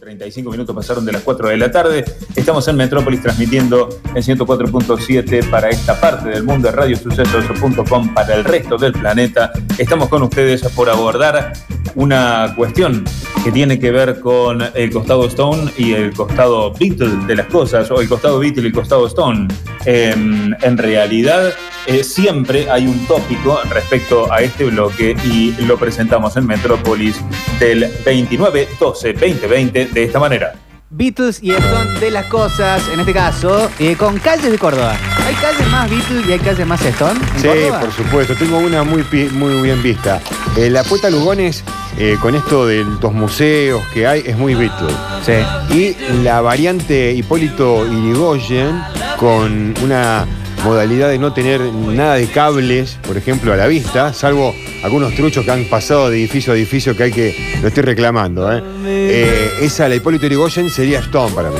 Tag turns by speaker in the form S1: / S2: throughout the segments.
S1: 35 minutos pasaron de las 4 de la tarde. Estamos en Metrópolis transmitiendo en 104.7 para esta parte del mundo, radiosucesos.com para el resto del planeta. Estamos con ustedes por abordar una cuestión que tiene que ver con el costado Stone y el costado Beatle de las cosas, o el costado Beatle y el costado Stone. Eh, en realidad, eh, siempre hay un tópico respecto a este bloque y lo presentamos en Metrópolis del 29-12-2020 de esta manera.
S2: Beatles y el Stone de las cosas, en este caso, eh, con calles de Córdoba. ¿Hay calles más Beatles y hay calles más Stone? en
S3: Sí,
S2: Córdoba?
S3: por supuesto. Tengo una muy, pi- muy bien vista. Eh, la Puerta Lugones, eh, con esto de los museos que hay, es muy Beatle.
S2: Sí.
S3: Y la variante Hipólito Yrigoyen, con una modalidad de no tener nada de cables, por ejemplo, a la vista, salvo algunos truchos que han pasado de edificio a edificio que hay que... Lo estoy reclamando, ¿eh? Eh, esa, la Hipólito Yrigoyen, sería Stone para mí.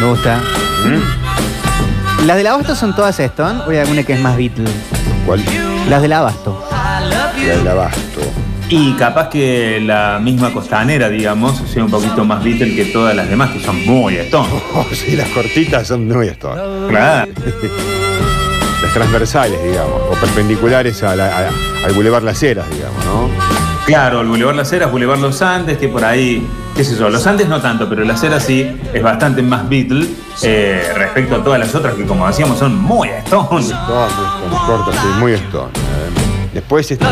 S2: Me gusta. Las del Abasto son todas Stone o hay alguna que es más Beatles?
S3: ¿Cuál?
S2: Las del Abasto.
S3: La del abasto.
S1: Y capaz que la misma costanera, digamos, sea un poquito más Beatle que todas las demás, que son muy Stone.
S3: Oh, sí, las cortitas son muy Stone.
S1: Claro.
S3: las transversales, digamos, o perpendiculares a la- a- al Boulevard Las Heras, digamos, ¿no?
S1: Claro, el Boulevard Las Heras, Boulevard Los Andes, que por ahí, qué sé yo, Los Andes no tanto, pero Las Heras sí es bastante más Beatle eh, respecto a todas las otras que, como decíamos, son muy Stone.
S3: Todo muy Stone, corto, sí, muy Stone. eh. Después, este,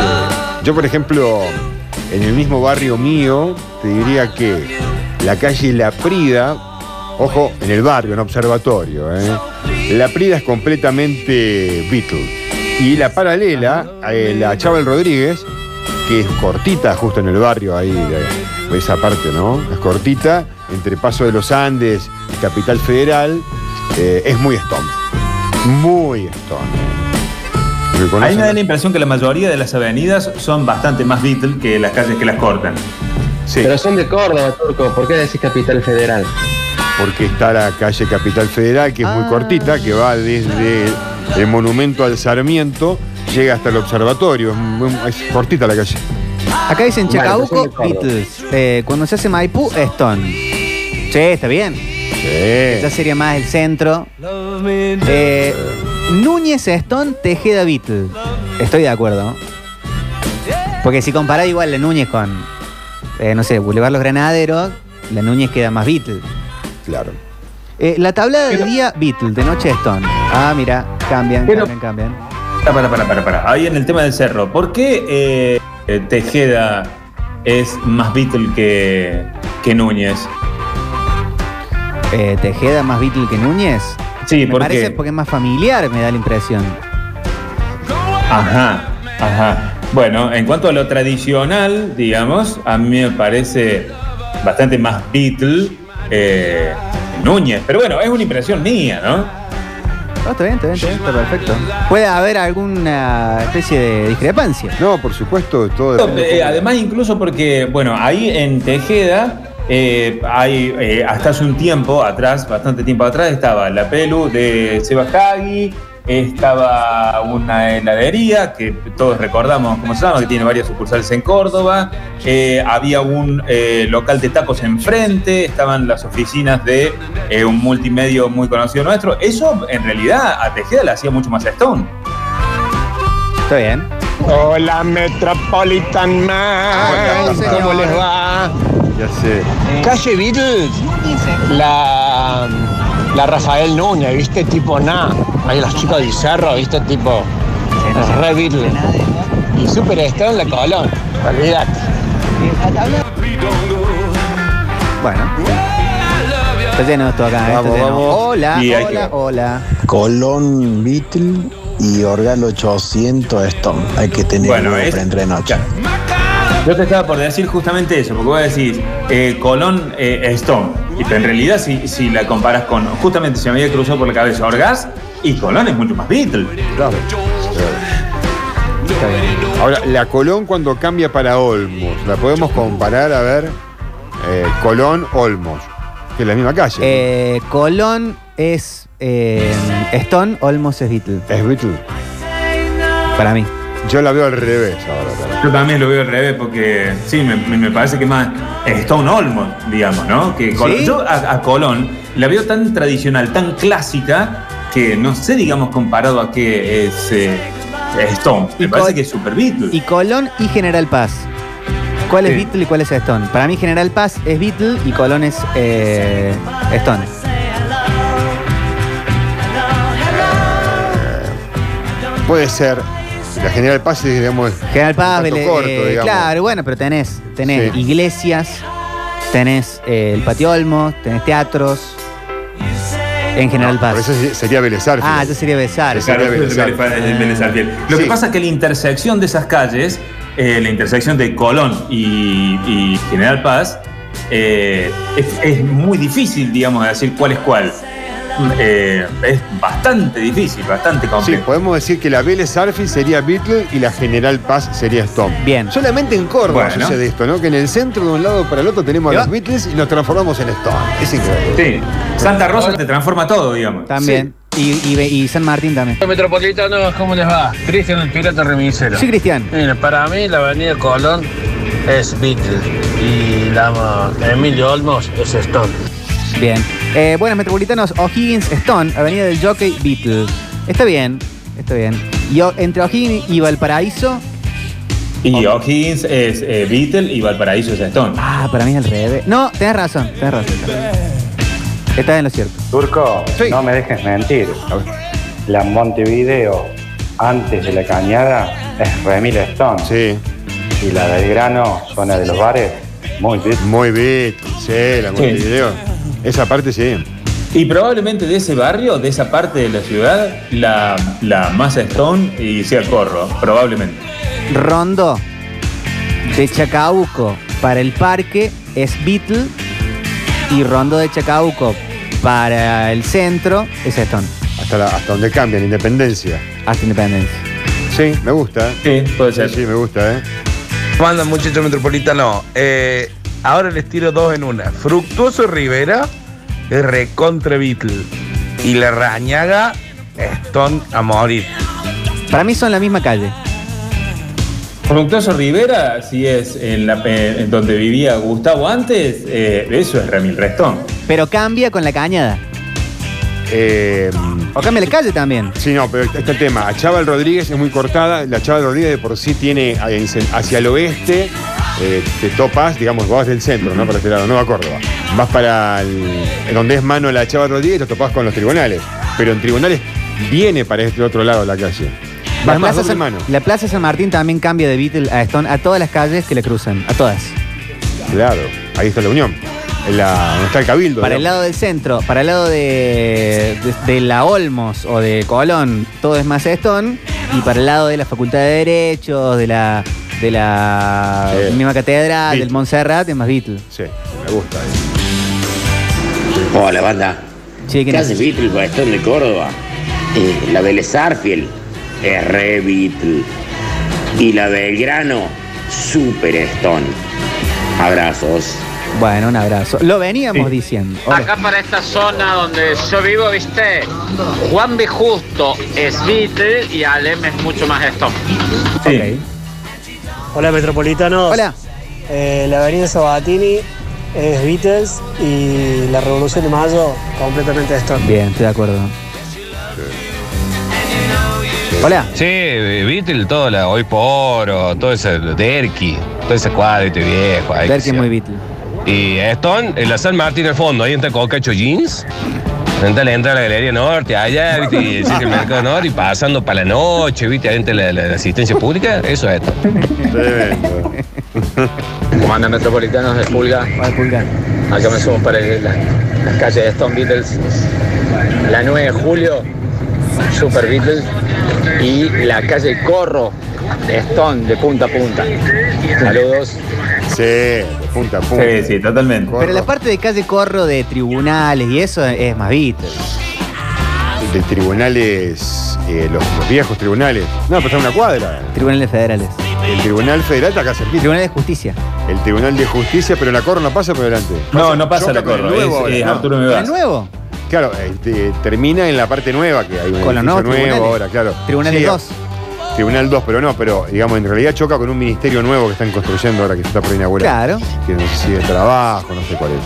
S3: yo, por ejemplo, en el mismo barrio mío, te diría que la calle La Prida, ojo, en el barrio, en observatorio, ¿eh? La Prida es completamente Beatle. Y la paralela, eh, la Chaval Rodríguez, que es cortita, justo en el barrio ahí, de, de esa parte, ¿no? Es cortita, entre Paso de los Andes y Capital Federal, eh, es muy Stone. Muy Stone. Porque
S1: Ahí me da la
S3: conocen-
S1: impresión que la mayoría de las avenidas son bastante más Beatle que las calles que las cortan.
S3: Sí,
S4: Pero son de Córdoba, Turco. ¿Por qué decís Capital Federal?
S3: porque está la calle Capital Federal, que es muy
S2: Ah.
S3: cortita, que va desde el monumento al Sarmiento, llega hasta el observatorio. Es muy- Es cortita la calle.
S2: Acá dicen
S4: Bueno, yo
S2: Chacabuco,
S4: soy de Córdoba.
S2: Beatles. Eh, cuando se hace Maipú, Stone. Sí, está bien.
S3: Sí.
S2: Ya sería más el centro. Eh, Núñez Stone, Tejeda Beatle. Estoy de acuerdo. Porque si comparás igual la Núñez con, eh, no sé, Boulevard Los Granaderos, la Núñez queda más Beatle.
S3: Claro.
S2: Eh, la tabla de día, Beatle, de noche Stone. Ah, mira, cambian,
S1: Pero-
S2: cambian, cambian.
S1: Para, para, para, para, para. Ahí en el tema del cerro, ¿por qué eh, eh, Tejeda es más Beatle que, que Núñez?
S2: Eh, Tejeda más Beatle que Núñez.
S1: Sí,
S2: me
S1: ¿por
S2: parece
S1: qué?
S2: porque es más familiar, me da la impresión.
S1: Ajá, ajá. Bueno, en cuanto a lo tradicional, digamos, a mí me parece bastante más Beatle eh, Núñez. Pero bueno, es una impresión mía, ¿no?
S2: Ah, está bien, está bien, está, bien, está perfecto. Puede haber alguna especie de discrepancia.
S3: No, por supuesto, todo depende.
S1: Eh, además, incluso porque, bueno, ahí en Tejeda, eh, hay, eh, hasta hace un tiempo atrás, bastante tiempo atrás, estaba la pelu de Seba Hagi, estaba una heladería que todos recordamos cómo se llama, que tiene varias sucursales en Córdoba, eh, había un eh, local de tacos enfrente, estaban las oficinas de eh, un multimedio muy conocido nuestro. Eso, en realidad, a Tejeda le hacía mucho más Stone.
S2: Está bien.
S5: Hola Metropolitan Man,
S2: Hola,
S5: ¿cómo
S2: señor.
S5: les va?
S3: Ya sé.
S5: Calle Beatles, la, mm, la Rafael Núñez, ¿viste? Tipo na, ahí las chicas de Cerro, ¿viste? Tipo re Beatles. Y Super en la Colón, olvidate.
S2: Bueno. Está lleno esto acá, ¿eh?
S3: Vamos,
S2: está lleno.
S3: vamos.
S2: Hola,
S1: Y hay
S2: hola,
S1: que-
S2: hola.
S6: Colón Beatle y Orgal 800 Stone. Hay que tener
S1: Bueno,
S6: uno
S1: es-
S6: para entre noche.
S1: ya. Yo te estaba por decir justamente eso, porque vos decís eh, Colón eh, Stone. Y pero en realidad, si, si la comparas con. Justamente se me había cruzado por la cabeza Orgaz y Colón es mucho más Beatle.
S3: Claro.
S2: Está bien.
S3: Ahora, la Colón cuando cambia para Olmos, la podemos comparar a ver eh, Colón-Olmos, que es la misma calle.
S2: Eh, Colón es eh, Stone, Olmos es Beatle.
S3: Es Beatle.
S2: Para mí.
S3: Yo la veo al revés ahora. también.
S1: Yo también lo veo al revés porque sí, me, me- me parece que más es Stone Olmos, digamos, ¿no? Que Colón-
S2: ¿Sí?
S1: Yo a, a Colón la veo tan tradicional, tan clásica, que no sé, digamos, comparado a que es eh, Stone. Me
S2: Y
S1: parece
S2: Col-
S1: que es Super Beatles.
S2: Y Colón y General Paz. ¿Cuál es
S1: Sí.
S2: Beatle y cuál es Stone? Para mí General Paz es Beatle y Colón es eh, Stone.
S3: Puede ser. La General Paz es, digamos,
S2: General Paz,
S3: Pato
S2: Vélez,
S3: corto,
S2: eh,
S3: digamos.
S2: claro, bueno, pero tenés, tenés
S3: Sí.
S2: iglesias, tenés eh, el Patio Olmo, tenés teatros. En General Paz.
S3: por eso sería Belezar.
S2: ah, yo sería Besar.
S3: Exacto.
S1: Claro,
S3: Sería
S1: eso es el Bel-
S3: Belisario.
S1: el Belisario. Lo
S3: Sí.
S1: que pasa es que la intersección de esas calles, eh, la intersección de Colón y, y General Paz, eh, es, es muy difícil, digamos, decir cuál es cuál. Eh, es bastante difícil, bastante
S3: Sí, pues.
S1: complejo.
S3: podemos decir que la Vélez Arfil sería Beatle y la General Paz sería Stone.
S2: Bien.
S3: Solamente en Córdoba
S1: Bueno.
S3: sucede esto, ¿no? Que en el centro de un lado para el otro tenemos a
S2: ¿Yo?
S3: los Beatles y nos transformamos en Stone. Es increíble.
S1: Sí. Santa Rosa te transforma todo, digamos.
S2: También. Y, y Be- y San Martín también.
S5: Metropolitanos, ¿cómo les va? Cristian el Pirata Remisero.
S2: Sí, Cristian.
S5: Mira, para mí la avenida Colón es Beatles y la Emilio Olmos es Stone.
S2: Bien. Eh, buenas metropolitanos, O'Higgins Stone, Avenida del Jockey Beatle. Está bien, está bien. Y o- entre O'Higgins y Valparaíso.
S1: Y O'Higgins es eh, Beatle y Valparaíso es Stone.
S2: Ah, para mí es al revés. No, tenés razón, tenés razón. Estás en lo cierto.
S7: Turco,
S3: Sí.
S7: no me dejes mentir.
S3: A ver.
S7: La Montevideo, antes de la cañada, es Remil Stone.
S3: Sí,
S7: Y la del grano, zona de los bares, muy bien.
S3: muy Beatles. Sí, la Montevideo. Esa parte sí.
S1: Y probablemente de ese barrio, de esa parte de la ciudad, la, la más Stone y sea Corro, probablemente.
S2: Rondo de Chacabuco para el parque es Beatle. Y Rondo de Chacabuco para el centro es Stone.
S3: Hasta, la- hasta donde cambian, independencia.
S2: Hasta Independencia.
S3: Sí, me gusta. ¿eh?
S1: Sí, puede
S3: Sí,
S1: ser.
S3: sí, me gusta, ¿eh?
S8: Manda muchachos metropolitano. Eh, ahora les tiro dos en una. Fructuoso Rivera es recontra Beatle. Y la rañaga Stone a morir.
S2: Para mí son la misma calle.
S1: Fructuoso Rivera, si es en, la, eh, en donde vivía Gustavo antes, eh, eso es Ramil Restón.
S2: Pero cambia con la cañada.
S3: Eh,
S2: O cambia la calle también.
S3: Sí, no, pero está el tema. A Chaval Rodríguez es muy cortada. La Chaval Rodríguez de por sí tiene eh, hacia el oeste, eh, te topas, digamos, vas del centro, ¿no? Para este lado, no a Córdoba. Vas para el- donde es mano la Chaval Rodríguez, te topás con los tribunales. Pero en tribunales viene para este otro lado la calle. Vas
S2: La
S3: más
S2: plaza,
S3: doble
S2: San,
S3: mano.
S2: la Plaza San Martín también cambia de Beatle a Stone a todas las calles que le cruzan. A todas.
S3: Claro, ahí está la unión. En la, donde está el cabildo.
S2: Para el
S3: digamos.
S2: lado del centro, para el lado de, de, de la Olmos o de Colón, todo es más Stone. Y para el lado de la Facultad de Derechos, de la, de la
S3: Sí.
S2: misma catedral,
S3: Beatle.
S2: del Montserrat, es más Beatle.
S3: Sí, me gusta.
S9: Hola, banda.
S2: Sí, ¿quién
S9: ¿Qué
S2: es?
S9: hace Beatle para Stone de Córdoba? Eh, la Vélez Arfiel es re Beatle. Y la Belgrano, super Stone. Abrazos.
S2: Bueno, un abrazo. Lo veníamos diciendo. Hola.
S10: Acá para esta zona donde yo vivo, viste, Juan B. Justo es Beatle y Alem es mucho más esto.
S1: Sí.
S11: Hola Metropolitanos.
S2: Hola.
S11: Eh, la avenida Sabatini es Beatles y la Revolución de Mayo completamente Stone.
S2: Bien, estoy de acuerdo. Hola.
S8: Sí, Beatle, toda la Hoy Poro, todo ese Derki, todo ese cuadrito viejo.
S2: Ver que es muy Beatle.
S8: Y Stone, en la San Martín al fondo, ahí entra Cocacho Jeans. Entra, le entra a la Galería Norte, allá, ¿viste? y sigue el Mercado Norte, y pasando para la noche, ¿viste? Ahí entra la, la- la asistencia pública, eso es esto.
S3: Tremendo.
S5: Comanda Metropolitanos de Pulga.
S2: Hola, Pulgar.
S5: Acá me subo para el- la- las calles de Stone Beatles. La 9 de julio, Super Beatles. Y la calle Corro, de Stone, de punta a punta. Saludos.
S3: Sí, de punta a punta.
S1: Sí, sí, totalmente.
S2: Pero la parte de calle Corro de tribunales y eso es más Beatle.
S3: De tribunales, eh, los, los viejos tribunales. No, pero está a una cuadra.
S2: Tribunales federales.
S3: El Tribunal Federal está acá cerquita.
S2: Tribunales de justicia.
S3: El Tribunal de Justicia, pero la corro no pasa por delante.
S1: No, no pasa
S3: choca
S1: la
S3: con el
S1: corro.
S3: nuevo
S1: es,
S3: ahora,
S1: es
S3: ¿no?
S1: Arturo
S2: ¿De
S1: Mebas.
S2: nuevo?
S3: Claro, este, termina en la parte nueva que hay un
S2: Con los
S3: edificio
S2: nuevos tribunales.
S3: ahora, claro.
S2: Tribunales
S3: Sí, ah,
S2: 2.
S3: Tribunal 2, pero no, pero digamos, en realidad choca con un ministerio nuevo que están construyendo ahora que se está por inaugurar.
S2: Claro.
S3: Que no sé si de trabajo, no sé cuál es.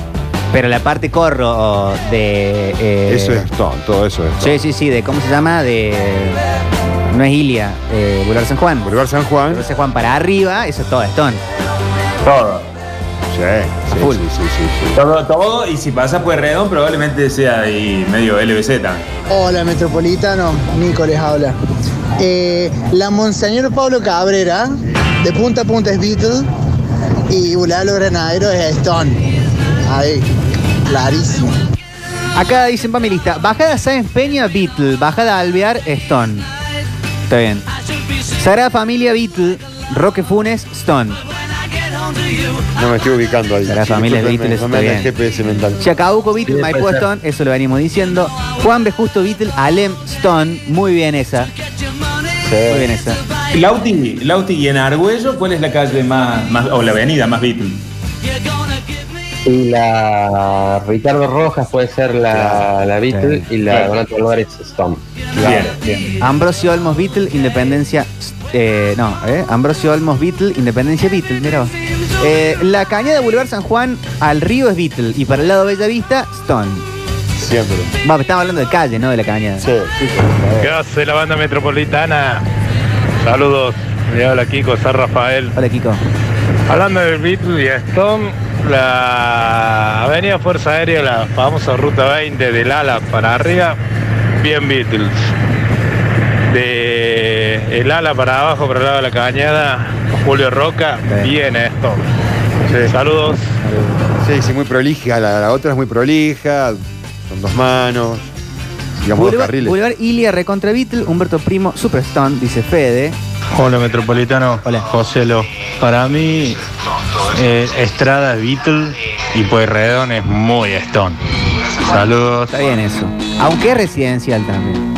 S2: Pero la parte corro de. eh,
S3: Eso es todo, todo eso es.
S2: Sí, sí, sí, de cómo se llama, de. No es Ilia, eh, Boulevard San Juan.
S3: Boulevard San Juan.
S2: Boulevard San Juan para arriba, eso es todo Stone.
S1: Todo.
S3: Sí, sí, sí, sí, sí.
S1: Todo, todo, y si pasa pues redón, probablemente sea ahí medio LBZ.
S12: Hola Metropolitano, Nico les habla. Eh, la Monseñor Pablo Cabrera, de punta a punta es Beatle y Ulalo Granadero es Stone. Ahí, clarísimo.
S2: Acá dicen, va mi lista. Bajada Sáenz Peña, Beatle. Bajada Alvear, Stone. Está bien. Sagrada Familia, Beatle. Roque Funes, Stone.
S3: No me estoy ubicando ahí.
S2: Sagrada Familia,
S3: discúlpenme,
S2: Beatles,
S3: no me
S2: está
S3: hagan
S2: bien.
S3: GPS mental.
S2: Chacabuco, Beatle,
S3: Sí,
S2: Maipú,
S3: puede ser.
S2: Stone. Eso lo venimos diciendo. Juan B. Justo, Beatle. Alem, Stone. Muy bien esa. Muy bien esa.
S1: Lauti, Lauti y en Argüello, ¿cuál es la calle más, más- o la avenida más Beatle?
S4: Y la Ricardo Rojas puede ser la, la Beatle y la
S2: Claro.
S4: Donato Álvarez Stone.
S2: Ambrosio Olmos, Beatle. Independencia. eh, no, ¿eh? Ambrosio Olmos, Beatle. Independencia, Beatle. Mira vos. Eh, la cañada de Boulevard San Juan al río es Beatle. Y para el lado Bella Vista, Stone.
S3: Siempre.
S2: Va, estamos hablando de calle, ¿no? De la cañada.
S13: ¿Qué hace la banda metropolitana? Saludos. Me habla Kiko, San Rafael.
S2: Hola, Kiko.
S13: Hablando del Beatle y Stone, la avenida Fuerza Aérea, la famosa ruta 20 del ala para arriba, bien Beatles. De el ala para abajo, para el lado de la cañada, Julio Roca, bien Stone. Saludos.
S3: Sí, sí, muy prolija. La, la otra es muy prolija. Son dos manos. Digamos, dos
S2: Boulevard,
S3: carriles.
S2: Boulevard Ilia recontra Beatle, Humberto Primo, Superstone, dice Fede.
S14: Hola Metropolitano, hola José Lo. Para mí, eh, Estrada es Beatle y Pueyrredón es muy Stone. Saludos.
S2: Está bien eso. Aunque es residencial también.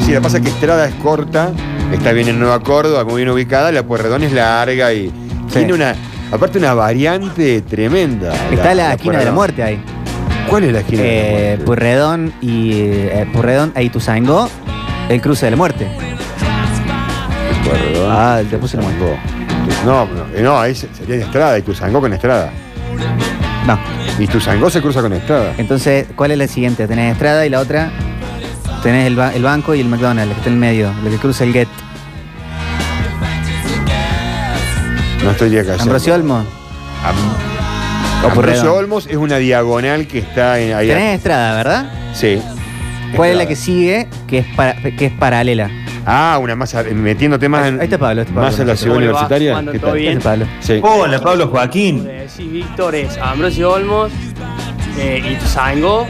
S3: Sí, lo que pasa es que Estrada es corta, está bien en Nueva Córdoba, muy bien ubicada, la Puerredón es larga y tiene una, aparte una variante tremenda.
S2: Está la esquina de la
S3: Pueyrredón.
S2: muerte ahí.
S3: ¿Cuál es la esquina de la
S2: Eh,
S3: muerte?
S2: Purredón y eh, Purredón e Ituzaingó, el cruce de la muerte.
S3: Pueyrredón.
S2: Ah, te puse la
S3: muerte. No, no, eh, no, ahí se- sería en Estrada, y Tuzangó con Estrada.
S2: No.
S3: Y Tuzangó se cruza con Estrada.
S2: Entonces, ¿cuál es la siguiente? Tenés Estrada y la otra. Tenés el, ba- el banco y el McDonald's, que está en el medio, lo que cruza el Get.
S3: No estoy acá.
S2: Ambrosio Olmo. O
S3: Ambrosio
S2: Pueyrredón.
S3: Olmos es una diagonal que está en, ahí.
S2: Tenés Estrada, ¿verdad?
S3: Sí.
S2: ¿Cuál es
S3: Estrada.
S2: la que sigue que es, para- que es paralela?
S3: Ah, una más a- metiéndote más en,
S2: Ahí está Pablo.
S3: más en la ciudad
S15: ¿Cómo le va?
S3: universitaria.
S15: ¿Cuándo? ¿Todo bien?
S2: Este Pablo.
S3: Sí.
S1: Hola, Pablo Joaquín.
S15: Sí, Víctor es Ambrosio Olmos, eh, Ituzango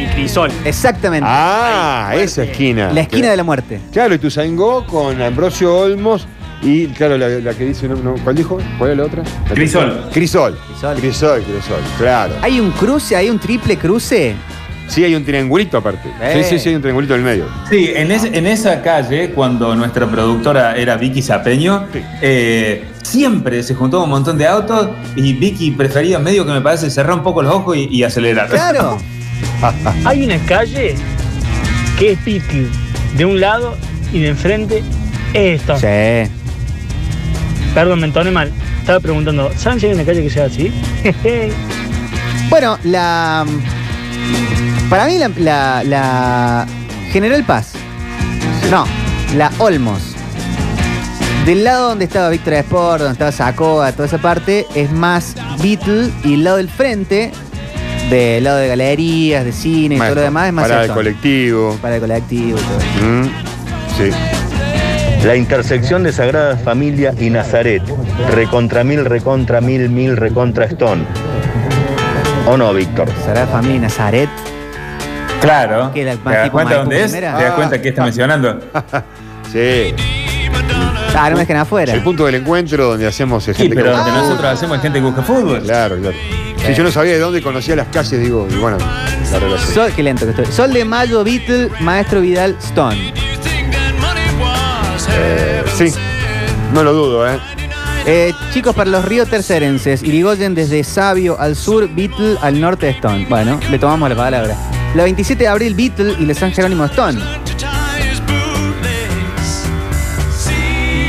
S15: y Crisol.
S2: Exactamente.
S3: Ah, esa esquina.
S2: La esquina de la muerte.
S3: Claro, y Tuzangó con Ambrosio Olmos y, claro, la, la que dice, no, no, ¿cuál dijo? ¿Cuál es la otra? La-
S1: Crisol.
S3: Crisol. Crisol, Crisol, claro.
S2: Hay un cruce, hay un triple cruce.
S3: Sí, hay un triangulito aparte.
S1: Eh.
S3: Sí, sí, sí, hay un triangulito en el medio.
S1: Sí, en, es- en esa calle, cuando nuestra productora era Vicky Zapeño, eh, siempre se juntó un montón de autos y Vicky prefería medio que me parece cerrar un poco los ojos y, y acelerar.
S2: Claro.
S15: Hay una calle que es Beatle, de un lado y de enfrente es Stone.
S2: Sí.
S15: Perdón, me entoné mal. Estaba preguntando, ¿saben si hay una calle que sea así?
S2: Bueno, la. Para mí, la. la- la General Paz. No, la Olmos. Del lado donde estaba Víctor Sport, donde estaba Sacoa, toda esa parte, es más Beatle. Y el lado del frente, del lado de galerías, de cine y todo lo demás, es más
S3: Para el
S2: Elton.
S3: colectivo.
S2: Para el colectivo y todo eso.
S3: Mm, sí.
S16: La intersección de Sagrada Familia y Nazaret. Recontra mil, recontra mil, mil, recontra Stone. ¿O no, Víctor?
S2: Sagrada Familia y Nazaret.
S1: Claro.
S2: Que
S1: ¿Te
S2: la- más
S1: das
S2: tipo
S1: cuenta
S2: Maipú
S1: dónde es? ¿Te
S2: primera.
S1: das
S2: Ah.
S1: cuenta qué está mencionando?
S3: sí.
S2: Ah, no me dejen afuera.
S3: El punto del encuentro donde hacemos eh, gente
S1: Sí,
S3: que
S1: pero
S3: busca
S1: donde
S3: fútbol.
S1: nosotros hacemos gente que busca fútbol.
S3: Claro, claro. Sí, yo no sabía de dónde conocía las calles, digo, y bueno, la relación.
S2: Sol, qué lento que estoy. Sol de Mayo, Beatle, Maestro Vidal, Stone.
S3: Eh, sí, no lo dudo, ¿eh?
S2: Eh, chicos, para los ríos tercerenses, Irigoyen desde Sabio al sur, Beatle al norte, Stone. Bueno, le tomamos la palabra. La 27 de abril, Beatle y la San Jerónimo, Stone.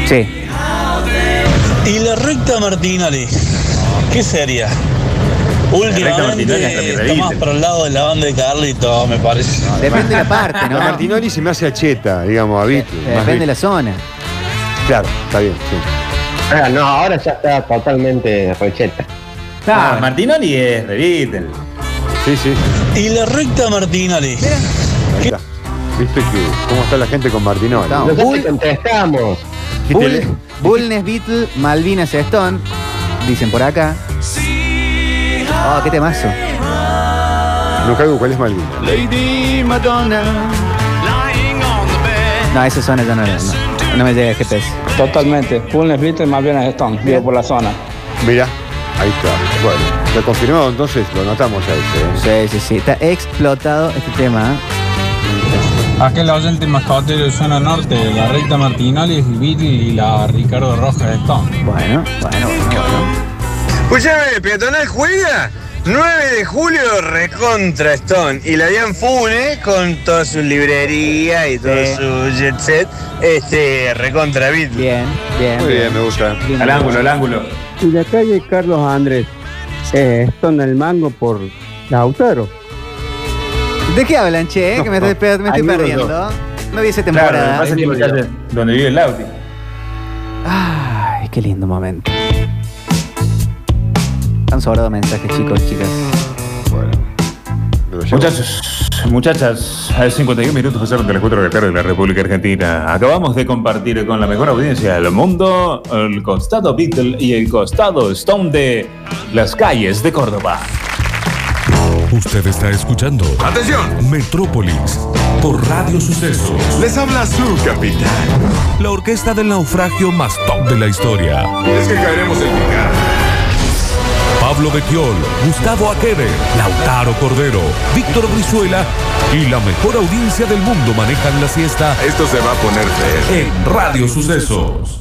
S2: Sí.
S9: ¿Y la recta Martinoli? ¿Qué sería?
S3: Martinoli es la
S9: Últimamente
S3: mierda
S9: está más
S3: Beatles.
S9: para el lado de la banda de Carlito, me parece.
S2: Depende de la parte, ¿no? Eh,
S3: A Martinoli se me hace acheta, digamos, a Beatle, más
S2: Depende de la zona.
S3: Beatle. Claro, está bien, sí.
S5: Ah, no, ahora ya está totalmente recheta.
S1: Ah, Martinoli es de Beatles.
S3: Sí, sí.
S9: ¿Y la recta Martinoli?
S3: Ahí está. ¿Viste que, cómo está la gente con Martinoli?
S2: Estamos. Nosotros
S5: contestamos.
S2: Bull, Bullnes Beatle, Malvinas Stone, dicen por acá. Oh, qué temazo.
S3: No caigo cuál es Malvina.
S2: Lady Madonna. No, esa zona ya no, no, no me llega el GPS.
S13: Totalmente. Fullness Beatles más bien es Stone, digo por la zona.
S3: Mirá, ahí está. Bueno, lo confirmado entonces, lo notamos ya ese. ¿eh?
S2: Sí, sí, sí. Está explotado este tema. ¿eh?
S13: Aquel oyente mascotero de zona norte, la recta Martinoli, Beatle y la Ricardo Rojas de Stone.
S2: Bueno, bueno, bueno. bueno.
S17: Escuchame, Peatonal juega 9 de julio recontra Stone y la Dian Fune con toda su librería y todo
S1: Eh,
S2: Sí.
S17: su jet set este recontra beat.
S2: Bien, bien.
S3: Muy bien, me gusta.
S1: Al ángulo, al ángulo.
S18: Y la calle Carlos Andrés, es esto en el mango por Lautaro.
S2: ¿De qué hablan, che? eh? Que me estoy, me estoy
S1: Ahí me
S2: perdiendo.
S1: rodó.
S2: No vi esa
S1: Claro, lo que
S2: temporada.
S1: pasa es que la calle donde vive el Lauti.
S2: Ay, qué lindo momento. Han sobrado mensajes, chicos, chicas.
S1: Muchachos, muchachas, a 51 minutos pasaron de las 4 de la tarde en la República Argentina. Acabamos de compartir con la mejor audiencia del mundo el costado Beatle y el costado Stone de las calles de Córdoba.
S8: Usted está escuchando. ¡Atención! Metrópolis por Radio Sucesos. Les habla su capitán. La orquesta del naufragio más top de la historia.
S19: Es que caeremos en picada.
S8: Pablo Betiol, Gustavo Aquede, Lautaro Cordero, Víctor Brizuela y la mejor audiencia del mundo manejan la siesta
S19: Esto se va a poner feo.
S8: en Radio Sucesos.